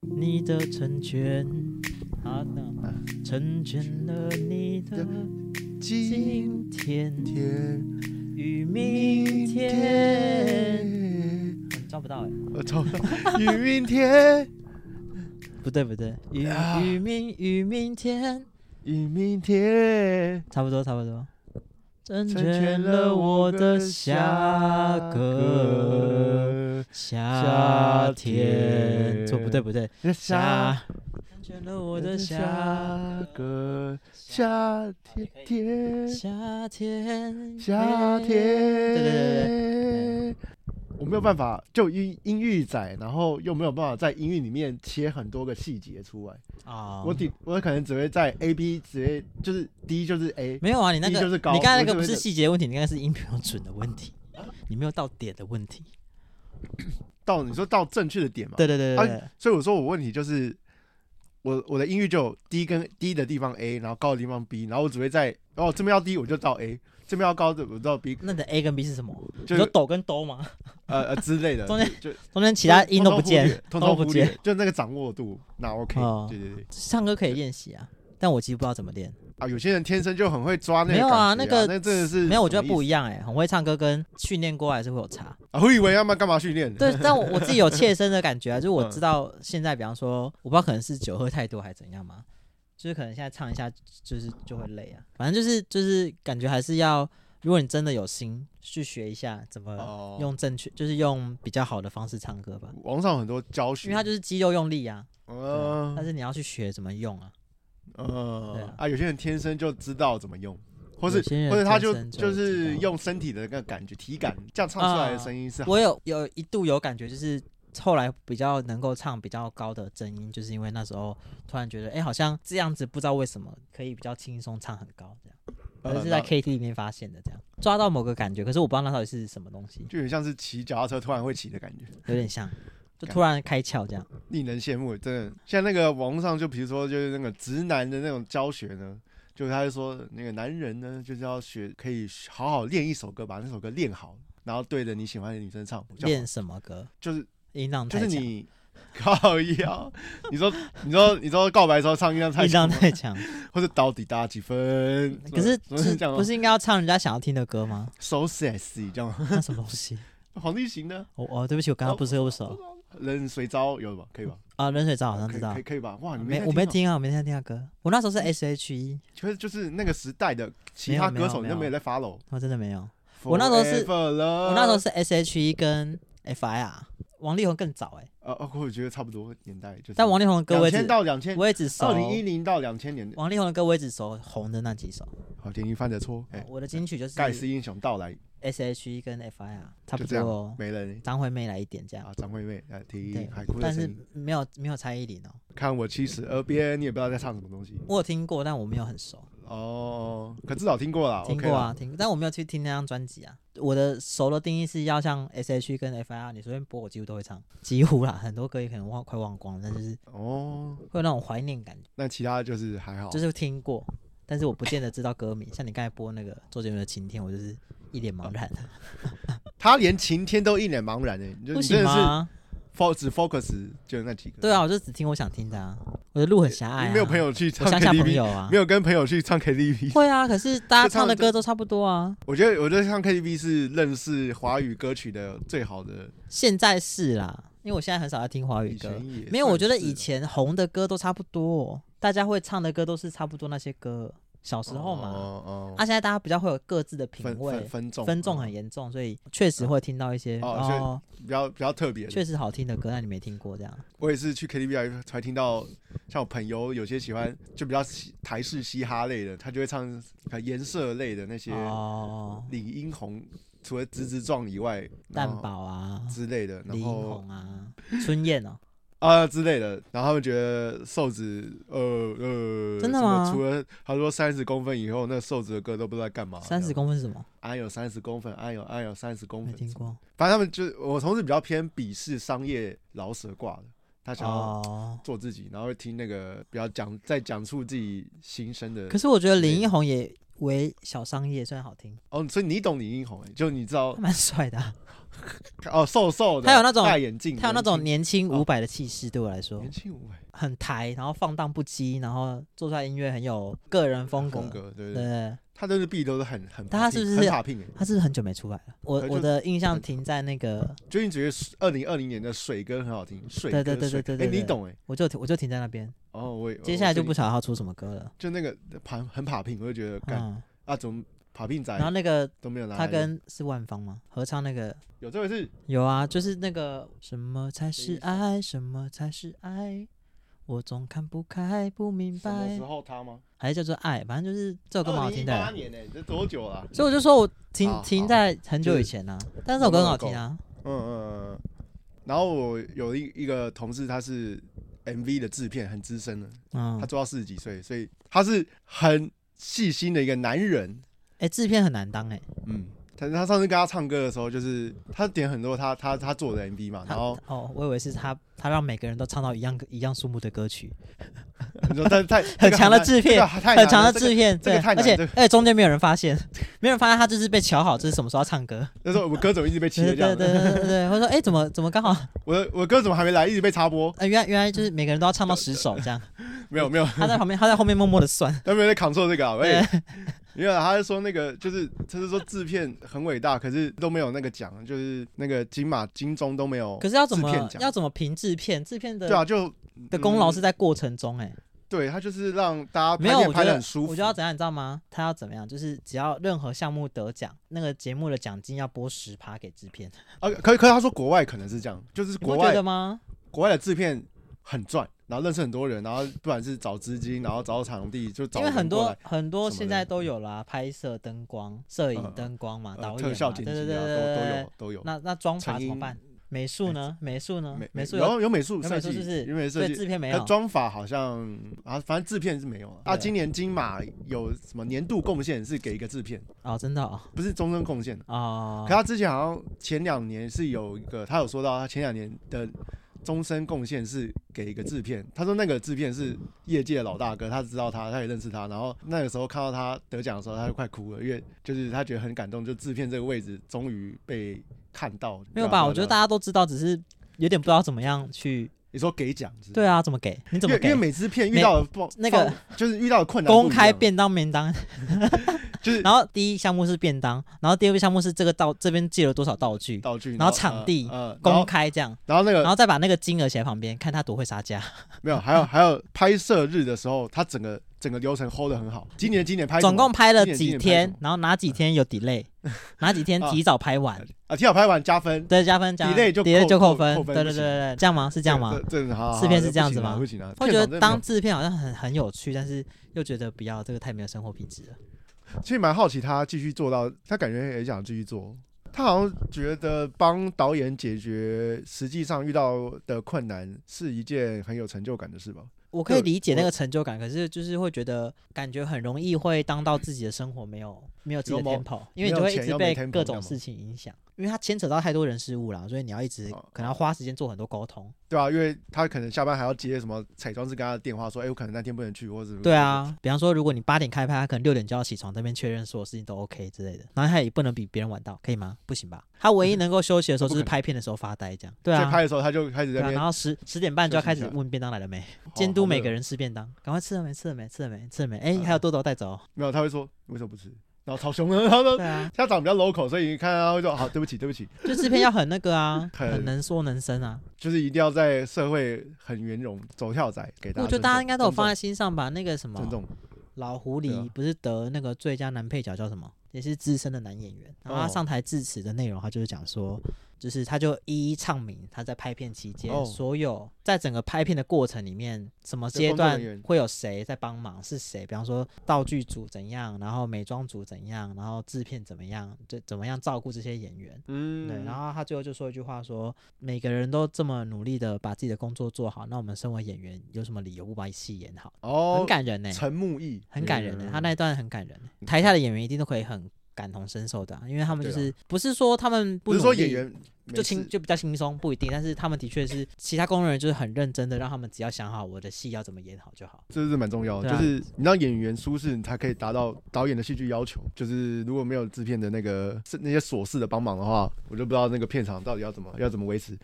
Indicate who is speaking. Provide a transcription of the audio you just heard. Speaker 1: 你的成全，啊，那成全了你的
Speaker 2: 今
Speaker 1: 今天
Speaker 2: 天，
Speaker 1: 与明天。嗯抓不到哎、
Speaker 2: 我操，与明天，
Speaker 1: 不对不对，与
Speaker 2: 啊
Speaker 1: 与明与明天，
Speaker 2: 与明天，
Speaker 1: 差不多差不多。成
Speaker 2: 成
Speaker 1: 全
Speaker 2: 全
Speaker 1: 了
Speaker 2: 了
Speaker 1: 我
Speaker 2: 我
Speaker 1: 的
Speaker 2: 的
Speaker 1: 下
Speaker 2: 下
Speaker 1: 个
Speaker 2: 个
Speaker 1: 夏
Speaker 2: 夏
Speaker 1: 天，错不对
Speaker 2: 天
Speaker 1: 不对，
Speaker 2: 夏
Speaker 1: 夏，成全了我
Speaker 2: 我
Speaker 1: 的
Speaker 2: 的
Speaker 1: 夏
Speaker 2: 下个夏天天
Speaker 1: 夏天，
Speaker 2: 夏天，
Speaker 1: 嗯对对对
Speaker 2: 我没有办法就音音域仔，然后又没有办法在音域里面切很多个细节出来。
Speaker 1: 啊，
Speaker 2: 我顶我可能只会在 A B 直接就是 D 就是 A，
Speaker 1: 没有啊，你那
Speaker 2: 低
Speaker 1: 个
Speaker 2: 就是高
Speaker 1: 你刚才
Speaker 2: 我
Speaker 1: 那个
Speaker 2: 就
Speaker 1: 不
Speaker 2: 会
Speaker 1: 是
Speaker 2: 等
Speaker 1: 细节问题，你刚才是音标准的问题，你没有到点的问题。
Speaker 2: 到你说到正确的点嘛？
Speaker 1: 对对对对
Speaker 2: 啊
Speaker 1: 对，
Speaker 2: 所以我说我问题就是，我我的音域就有低跟低的地方 A，然后高的地方 B，然后我只会在哦这边要低我就到 A，这边要高的我就到 B，
Speaker 1: 那你的 A 跟 B 是什么？你
Speaker 2: 就
Speaker 1: 说
Speaker 2: 是
Speaker 1: 抖跟哆吗？
Speaker 2: 呃呃之类的，
Speaker 1: 中间
Speaker 2: 就
Speaker 1: 中间其他音都不见，
Speaker 2: 通
Speaker 1: 都
Speaker 2: 通
Speaker 1: 不
Speaker 2: 忽略
Speaker 1: 见。，
Speaker 2: 就那个掌握度那 OK，、
Speaker 1: 哦
Speaker 2: 对对对
Speaker 1: 唱歌可以练习啊，但我其实不知道怎么练。
Speaker 2: 啊，有些人天生就很会抓那个
Speaker 1: 没有啊
Speaker 2: 感觉
Speaker 1: 那
Speaker 2: 啊
Speaker 1: 个
Speaker 2: 那真的是
Speaker 1: 没有，我觉得
Speaker 2: 什么
Speaker 1: 不
Speaker 2: 意
Speaker 1: 一样哎，很会唱歌跟训练过还是会有差。
Speaker 2: 思啊，我以为要们干嘛训 练，
Speaker 1: 对，但我我自己有切身的感觉啊，就是我
Speaker 2: 嗯
Speaker 1: 知道现在，比方说，我不知道可能是酒喝太多还是怎样嘛，就是可能现在唱一下就是就会累啊，反正就是就是感觉还是要，如果你真的有心去学一下怎么
Speaker 2: 哦，
Speaker 1: 用正确，就是用比较好的方式唱歌吧，
Speaker 2: 网上有很多教学，
Speaker 1: 因为它就是肌肉用力啊，对啊但
Speaker 2: 嗯
Speaker 1: 是你要去学怎么用啊，对
Speaker 2: 嗯
Speaker 1: 啊
Speaker 2: 啊，有些人天生就知道怎么用。或是
Speaker 1: 有些人
Speaker 2: 或者他就
Speaker 1: 天生就知
Speaker 2: 是
Speaker 1: 道啊
Speaker 2: 用身体的那个感觉体感，这样唱出来的声音是好。
Speaker 1: 我有有一度有感觉，就是后来比较能够唱比较高的真音，就是因为那时候突然觉得，哎、好像这样子不知道为什么可以比较轻松唱很高这样。可能是在
Speaker 2: 那
Speaker 1: KT 里面发现的，这样抓到某个感觉，可是我不知道那到底是什么东西，
Speaker 2: 就有点像是骑脚踏车突然会骑的感觉，
Speaker 1: 有点像，就
Speaker 2: 感
Speaker 1: 突然开窍这样。
Speaker 2: 令人羡慕。真的，像那个网络上就比如说就是那个直男的那种教学呢，就是他就说那个男人呢就是要学可以好好练一首歌，把那首歌练好，然后对着你喜欢的女生唱，就好
Speaker 1: 练什么歌？
Speaker 2: 就是
Speaker 1: 音浪
Speaker 2: 就
Speaker 1: 太
Speaker 2: 是
Speaker 1: 强，
Speaker 2: 你靠腰，你说你说你说告白的时候唱音量太
Speaker 1: 音浪
Speaker 2: 强，
Speaker 1: 太强。
Speaker 2: 或者到底打几分？
Speaker 1: 嗯可是
Speaker 2: 怎么
Speaker 1: 是
Speaker 2: 是这样吗
Speaker 1: 不是应该要唱人家想要听的歌吗？
Speaker 2: so sexy 这样吗？
Speaker 1: 那什么东西？
Speaker 2: 黄立行呢？
Speaker 1: 哦哦，对不起，我刚刚不是不熟
Speaker 2: 冷水招有吧？可以吧？
Speaker 1: 啊。冷水澡好像知道
Speaker 2: 哦可以可以，可以吧？哇，你
Speaker 1: 没
Speaker 2: 在
Speaker 1: 我没
Speaker 2: 哦，
Speaker 1: 听啊，我没在听他歌。我那时候
Speaker 2: 嗯
Speaker 1: 是 E，SHE，
Speaker 2: 其实就是那个时代的其
Speaker 1: 没有
Speaker 2: 他
Speaker 1: 没有
Speaker 2: 歌手，你都
Speaker 1: 没
Speaker 2: 没
Speaker 1: 有
Speaker 2: 有在 follow。
Speaker 1: 我哦真的没有。我那时候是
Speaker 2: Forever Love
Speaker 1: 我那时候是 SHE 跟 FIR，王力宏更早哎、
Speaker 2: 呃，呃我觉得差不多年代，就是
Speaker 1: 但王力宏的歌我也
Speaker 2: 两
Speaker 1: 只
Speaker 2: 千到两千，
Speaker 1: 我也哦只熟
Speaker 2: 二，零一零到两千年，
Speaker 1: 王力宏的歌我也只熟红的那几首。
Speaker 2: 好，典范的错，哎，
Speaker 1: 我的金哦曲就是
Speaker 2: 盖世英雄到来，
Speaker 1: S.H.E E 跟 F.I.R 差不
Speaker 2: 就这样
Speaker 1: 多哦，
Speaker 2: 没人
Speaker 1: 张惠妹来一点这样，
Speaker 2: 啊，张惠妹来
Speaker 1: 哦对
Speaker 2: 听海哭的
Speaker 1: 但
Speaker 2: 声
Speaker 1: 是
Speaker 2: 音，
Speaker 1: 没有没有蔡依林哦，
Speaker 2: 看我七十二变，你也不知道在唱什么东西
Speaker 1: 我有听过，但我没有很熟，
Speaker 2: 哦，可至少听过啦，
Speaker 1: 听
Speaker 2: OK
Speaker 1: 过
Speaker 2: 啦
Speaker 1: 啊，，听，但我没有去听那张专辑啊。我的熟的定义是要像 S.H.E 跟 F.I.R，你随便播我几乎都会唱，几乎啦，很多歌也可能忘快忘光了，但就是
Speaker 2: 哦，
Speaker 1: 会有那种怀念感，
Speaker 2: 那其他就是还好，
Speaker 1: 就是听过，但是我不见得知道歌名。像你刚才播那个周杰伦的《晴天》，我就是一脸茫然，
Speaker 2: 他连晴天都一脸茫然哎，哦你就
Speaker 1: 不
Speaker 2: 你
Speaker 1: 行
Speaker 2: 真的是
Speaker 1: 吗？
Speaker 2: fo 只 focus 就那几个，
Speaker 1: 对啊，我就只听我想听的啊，我的路很狭隘、
Speaker 2: 你
Speaker 1: 啊，
Speaker 2: 没有朋，友去
Speaker 1: 我
Speaker 2: 唱
Speaker 1: 乡下朋
Speaker 2: KTV，
Speaker 1: 友啊
Speaker 2: 没。有跟朋友去唱 KTV。
Speaker 1: 会啊，可是大家
Speaker 2: 就唱
Speaker 1: 唱的
Speaker 2: 这
Speaker 1: 歌都差不多啊。
Speaker 2: 我觉得，我觉得唱 KTV 是认识华语歌曲的最好的。
Speaker 1: 现在是啦，因为我现在很少在听华语
Speaker 2: 以
Speaker 1: 歌
Speaker 2: 前，也
Speaker 1: 没有，我觉得
Speaker 2: 算是
Speaker 1: 以前红的歌都差不多，大家会唱的歌都是差不多那些歌，小时候嘛。
Speaker 2: 哦哦
Speaker 1: 啊，现在大家比较会有各自的品
Speaker 2: 分
Speaker 1: 味
Speaker 2: 分，分众哦
Speaker 1: 分众很严重，所以确实会听到一些
Speaker 2: 哦所以
Speaker 1: 哦，
Speaker 2: 比较比较特别的。
Speaker 1: 确实好听的歌，但你没听过这样。
Speaker 2: 我也是去 KTV 才听到，像我朋友有些喜欢就比较嘻台式嘻哈类的，他就会唱颜色类的那些
Speaker 1: 哦，
Speaker 2: 李英红，除了直直撞以外，然
Speaker 1: 蛋
Speaker 2: 后
Speaker 1: 堡啊，
Speaker 2: 之类的，
Speaker 1: 李
Speaker 2: 然
Speaker 1: 英
Speaker 2: 后
Speaker 1: 宏啊，春燕哦，
Speaker 2: 啊之类的，然后他们觉得瘦子，呃呃，
Speaker 1: 真的
Speaker 2: 什么
Speaker 1: 吗
Speaker 2: 除了他说三十公分以后，那瘦子的歌都不知道在干嘛。
Speaker 1: 三十，公分是什么？
Speaker 2: 俺有三十公分，哎俺有俺有三十公
Speaker 1: 没
Speaker 2: 分。
Speaker 1: 听过。
Speaker 2: 反正他们就是我同事比较偏鄙视商业老舍挂的，他想要
Speaker 1: 哦，
Speaker 2: 做自己，然后会听那个比较讲在讲述自己心声的
Speaker 1: 可。是我觉得
Speaker 2: 之类
Speaker 1: 林
Speaker 2: 的
Speaker 1: 奕宏也为小商业，虽然好听，
Speaker 2: 哦，所以你懂李英红，就你知道
Speaker 1: 他蛮帅的啊、
Speaker 2: 哦，瘦瘦的，
Speaker 1: 他有那种
Speaker 2: 戴眼镜，
Speaker 1: 他有那种
Speaker 2: 年
Speaker 1: 年轻
Speaker 2: 哦
Speaker 1: 五百的气势，对我来说
Speaker 2: 轻年轻五百
Speaker 1: 很台，然后放荡不羁，然后做出来音乐很有个人风格。
Speaker 2: 风格，
Speaker 1: 对
Speaker 2: 对不对，他都是币都是很很，
Speaker 1: 但他是不是
Speaker 2: 很打拼欸？
Speaker 1: 他是不是很久没出来了？我
Speaker 2: 对就
Speaker 1: 我的印象停在那个，
Speaker 2: 最近觉得二零二零年的水歌很好听，水歌
Speaker 1: 对对对
Speaker 2: 水歌
Speaker 1: 对对
Speaker 2: 哎，
Speaker 1: 对
Speaker 2: 你懂哎。
Speaker 1: 我就停我就停在那边，
Speaker 2: 哦，我也
Speaker 1: 接下来就
Speaker 2: 我
Speaker 1: 不晓得他出什么歌了。
Speaker 2: 就那个盘很爬拼，我就觉得干
Speaker 1: 嗯，
Speaker 2: 啊，怎么爬拼仔
Speaker 1: 然后那个
Speaker 2: 都没有拿来
Speaker 1: 他
Speaker 2: 用？
Speaker 1: 跟是万芳吗？合唱那个
Speaker 2: 有这回事，
Speaker 1: 有啊，就是那个什么才是
Speaker 2: 等一下
Speaker 1: 爱，什么才是爱，我总看不开，不明
Speaker 2: 什么
Speaker 1: 白
Speaker 2: 时，候他吗？
Speaker 1: 还是叫做爱，反正就是这首歌蛮好听的。
Speaker 2: 八年呢，这多久了啊？
Speaker 1: 所以我就说我停
Speaker 2: 好
Speaker 1: 停
Speaker 2: 好
Speaker 1: 在很
Speaker 2: 就
Speaker 1: 久
Speaker 2: 是
Speaker 1: 以前呢、但是我歌很好听啊。
Speaker 2: 嗯嗯嗯。嗯然后我有一一个同事，他是 MV 的制片，很资深的，
Speaker 1: 嗯
Speaker 2: 他，做到四十几岁，所以他是很细心的一个男人。
Speaker 1: 哎，制片很难当哎、
Speaker 2: 嗯，但是他上次跟他唱歌的时候，就是他点很多他他他做的 MV 嘛，
Speaker 1: 他
Speaker 2: 然后
Speaker 1: 哦，我以为是他他让每个人都唱到一样一样数目的歌曲，
Speaker 2: 你说他太
Speaker 1: 很强的制片，很强的
Speaker 2: 制。
Speaker 1: 制片，
Speaker 2: 这个
Speaker 1: 对，
Speaker 2: 太
Speaker 1: 而
Speaker 2: 难
Speaker 1: 且
Speaker 2: 这
Speaker 1: 而且中间没有人发现，没有人发现他就是被瞧好，这是什么时候要唱歌？
Speaker 2: 那时候我们歌怎么一直被切
Speaker 1: 对
Speaker 2: 这
Speaker 1: 对
Speaker 2: 样
Speaker 1: 对
Speaker 2: 的？
Speaker 1: 对对对，我说哎，怎么怎么刚好？
Speaker 2: 我的我的歌怎么还没来，一直被插播？
Speaker 1: 呃，原来原来就是每个人都要唱到十首这样，
Speaker 2: 没有没有，
Speaker 1: 他在旁边他在后面默默的算，
Speaker 2: 他们在 control 这个啊，喂， 因为他是说那个就是就是说制片很伟大，可是都没有那个奖，就是那个金马金钟都没有
Speaker 1: 可。是要怎
Speaker 2: 制
Speaker 1: 么
Speaker 2: 片奖
Speaker 1: 要怎么评制片？制片
Speaker 2: 对
Speaker 1: 的
Speaker 2: 啊，就
Speaker 1: 的功劳
Speaker 2: 嗯
Speaker 1: 是在过程中哎。
Speaker 2: 对他就是让大家
Speaker 1: 没
Speaker 2: 拍
Speaker 1: 有，我
Speaker 2: 片啊拍
Speaker 1: 觉
Speaker 2: 的
Speaker 1: 得
Speaker 2: 很舒
Speaker 1: 我
Speaker 2: 服
Speaker 1: 觉。得要怎样，你知道吗？他要怎么样？就是只要任何项目得奖，那个节目的奖金要拨十趴给制片，
Speaker 2: 啊，可可是他说国外可能是这样，就是
Speaker 1: 你
Speaker 2: 国
Speaker 1: 不觉
Speaker 2: 外
Speaker 1: 得吗？
Speaker 2: 国外的制片很赚，然后认识很多人，然后不管是找资金，然后找场地，就找
Speaker 1: 因为
Speaker 2: 人
Speaker 1: 很
Speaker 2: 过
Speaker 1: 多
Speaker 2: 来
Speaker 1: 很多
Speaker 2: 什么
Speaker 1: 现
Speaker 2: 的嗯
Speaker 1: 在都有啦，拍摄、灯光、摄
Speaker 2: 嗯嗯
Speaker 1: 影、灯光嘛，
Speaker 2: 呃
Speaker 1: 导演
Speaker 2: 特效
Speaker 1: 嘛，
Speaker 2: 剪
Speaker 1: 对
Speaker 2: 辑
Speaker 1: 对对
Speaker 2: 啊，
Speaker 1: 对
Speaker 2: 都都
Speaker 1: 对
Speaker 2: 有。都有。
Speaker 1: 那那妆
Speaker 2: 成
Speaker 1: 法怎么
Speaker 2: 因
Speaker 1: 办？美术呢？美术呢？美术
Speaker 2: 有有美术
Speaker 1: 有
Speaker 2: 设
Speaker 1: 美术
Speaker 2: 计
Speaker 1: 是不是，
Speaker 2: 有美术设
Speaker 1: 对
Speaker 2: 计，
Speaker 1: 制片没
Speaker 2: 可
Speaker 1: 有？
Speaker 2: 妆法好像啊，反正制片是没有啊。啊，
Speaker 1: 对
Speaker 2: 今年金马有什么年度贡献是给一个制片，
Speaker 1: 哦，真的哦
Speaker 2: 不是终身贡献的。啊可
Speaker 1: 哦，
Speaker 2: 他之前好像前两年是有一个，他有说到他前两年的终身贡献是给一个制片，他说那个制片是业界的老大哥，他知道他，他也认识他，然后那个时候看到他得奖的时候，他就快哭了，因为就是他觉得很感动，就制片这个位置终于被看到。
Speaker 1: 没有吧？我觉得大
Speaker 2: 家
Speaker 1: 家都知道，只是有点不知道怎么样去。
Speaker 2: 你说给奖是不是
Speaker 1: 对啊，怎么给？你怎么
Speaker 2: 因为
Speaker 1: 给
Speaker 2: 因为？每支片遇
Speaker 1: 每
Speaker 2: 到的 不
Speaker 1: 那个
Speaker 2: 放就是遇到的困难不一
Speaker 1: 公开
Speaker 2: 样
Speaker 1: 便当便当，
Speaker 2: 就是
Speaker 1: 然后第一项目是便当，然后第二个项目是这个道这边借了多少道具，
Speaker 2: 道具，
Speaker 1: 然后场地
Speaker 2: 呃，呃然
Speaker 1: 公
Speaker 2: 后呃
Speaker 1: 开这样，
Speaker 2: 然后那
Speaker 1: 然
Speaker 2: 个
Speaker 1: 后再把那个金额写在旁边，看他多会杀价。
Speaker 2: 没有，还有还有拍摄日的时候，他整个整个流程 hold 得很好。今年今年拍什么
Speaker 1: 总共拍了
Speaker 2: 今年
Speaker 1: 几
Speaker 2: 今年拍什
Speaker 1: 天
Speaker 2: 么，
Speaker 1: 然后哪几天有 delay，哪几天提早拍完，
Speaker 2: 啊，提早拍完加分，
Speaker 1: 对加分加
Speaker 2: delay 就
Speaker 1: delay 就
Speaker 2: 扣
Speaker 1: 扣分
Speaker 2: 扣，
Speaker 1: 对
Speaker 2: 分
Speaker 1: 对
Speaker 2: 不
Speaker 1: 对
Speaker 2: 行
Speaker 1: 对，对这样吗？是这样吗
Speaker 2: 这？？这好好好
Speaker 1: 制片是
Speaker 2: 不
Speaker 1: 这样
Speaker 2: 行
Speaker 1: 子
Speaker 2: 啊
Speaker 1: 吗
Speaker 2: 不行啊，
Speaker 1: 我
Speaker 2: 片
Speaker 1: 觉
Speaker 2: 场
Speaker 1: 得
Speaker 2: 真的没
Speaker 1: 当制片好像很很有趣，但是又觉得不要这个太没有生活品质了。
Speaker 2: 有其实蛮好奇他继续做到，他感觉也想继续做。他好像觉得帮导演解决实际上遇到的困难是一件很有成就感的事吧？
Speaker 1: 我可以
Speaker 2: 就
Speaker 1: 理解
Speaker 2: 我
Speaker 1: 那个成就感，可是就是会觉得感觉很容易会当到自己的生活没有没有自己的
Speaker 2: 有没
Speaker 1: tempo，因为你
Speaker 2: 没有
Speaker 1: 就会一
Speaker 2: 钱
Speaker 1: 直
Speaker 2: 又没
Speaker 1: 被
Speaker 2: tempo
Speaker 1: 各
Speaker 2: 这样
Speaker 1: 种
Speaker 2: 吗
Speaker 1: 事情影响，因为它牵扯到太多人事物啦，所以你要一直
Speaker 2: 哦
Speaker 1: 可能要花时间做很多沟通。
Speaker 2: 对啊，因为他可能下班还要接什么彩妆师跟他的电话说，哎、我可能那天不能去，或者
Speaker 1: 对，
Speaker 2: 嗯
Speaker 1: 啊，比方说如果你八点开拍，他可能六点就要起床，这边确认所有事情都 OK 之类的，然后他也不能比别人晚到，可以吗？不行吧？他唯一能够休息的时候
Speaker 2: 不
Speaker 1: 就是
Speaker 2: 可能
Speaker 1: 拍片的时候发呆这样。对
Speaker 2: 在
Speaker 1: 啊。
Speaker 2: 拍的时候他就开始
Speaker 1: 对
Speaker 2: 在那
Speaker 1: 啊，
Speaker 2: 边
Speaker 1: 然后十十点半就要
Speaker 2: 休息
Speaker 1: 开
Speaker 2: 一
Speaker 1: 始
Speaker 2: 下哦
Speaker 1: 问便当来了没，
Speaker 2: 好
Speaker 1: 监督
Speaker 2: 好
Speaker 1: 每
Speaker 2: 热
Speaker 1: 个人吃便当，赶快吃了没，吃了没，吃了没，吃了没，哎，还有多走带走哦。
Speaker 2: 没有，他会说你为什么不吃？然后超凶的，然后说
Speaker 1: 对啊，
Speaker 2: 他长得比较 local，所以你看他会说好，对不起，对不起，，
Speaker 1: 就制片要很那个啊很
Speaker 2: 很
Speaker 1: 能说能生啊。
Speaker 2: 就是一定要在社会很圆融，走跳仔给大
Speaker 1: 我
Speaker 2: 家尊重。
Speaker 1: 觉得大家应该都有放在
Speaker 2: 在
Speaker 1: 心上吧。那个什
Speaker 2: 尊
Speaker 1: 么
Speaker 2: 重，
Speaker 1: 老狐
Speaker 2: 对
Speaker 1: 狸
Speaker 2: 啊
Speaker 1: 不是得那个最佳男配角叫什么？也是资深的男演员，然后他
Speaker 2: 哦
Speaker 1: 上台致辞的内容，他就是讲说，就是他就一一唱明他在拍片期间、
Speaker 2: 哦
Speaker 1: 所有在整个拍片的过程里面，什么
Speaker 2: 对
Speaker 1: 阶
Speaker 2: 工作人
Speaker 1: 段
Speaker 2: 员
Speaker 1: 会有谁在帮忙，是谁？比方说道具组怎样，然后美妆组怎样，然后制片怎么样，就怎么样照顾这些演员。
Speaker 2: 嗯
Speaker 1: 对，然后他最后就说一句话说，每个人都这么努力的把自己的工作做好，那我们身为演员有什么理由不把戏演好？
Speaker 2: 哦，
Speaker 1: 很感人呢、
Speaker 2: 陈木易，
Speaker 1: 很感人呢、
Speaker 2: 嗯
Speaker 1: 他那一段很感人、
Speaker 2: 嗯
Speaker 1: 台下的演员一一定都可以很感同身受的啊、因为他们就
Speaker 2: 对啦
Speaker 1: 是不是说他们
Speaker 2: 不
Speaker 1: 努
Speaker 2: 是说
Speaker 1: 力
Speaker 2: 演员没
Speaker 1: 就轻
Speaker 2: 事
Speaker 1: 就比较轻松，不一定，但是他们的确是其他工作人员就是很认真的，让他们只要想好我的戏要怎么演好就好。
Speaker 2: 这是蛮重要的，
Speaker 1: 对啊
Speaker 2: 就是你让演员舒适，才可以达到导演的戏剧要求。就是如果没有制片的那个是那些琐事的帮忙的话，我就不知道那个片场到底要怎么要怎么维持。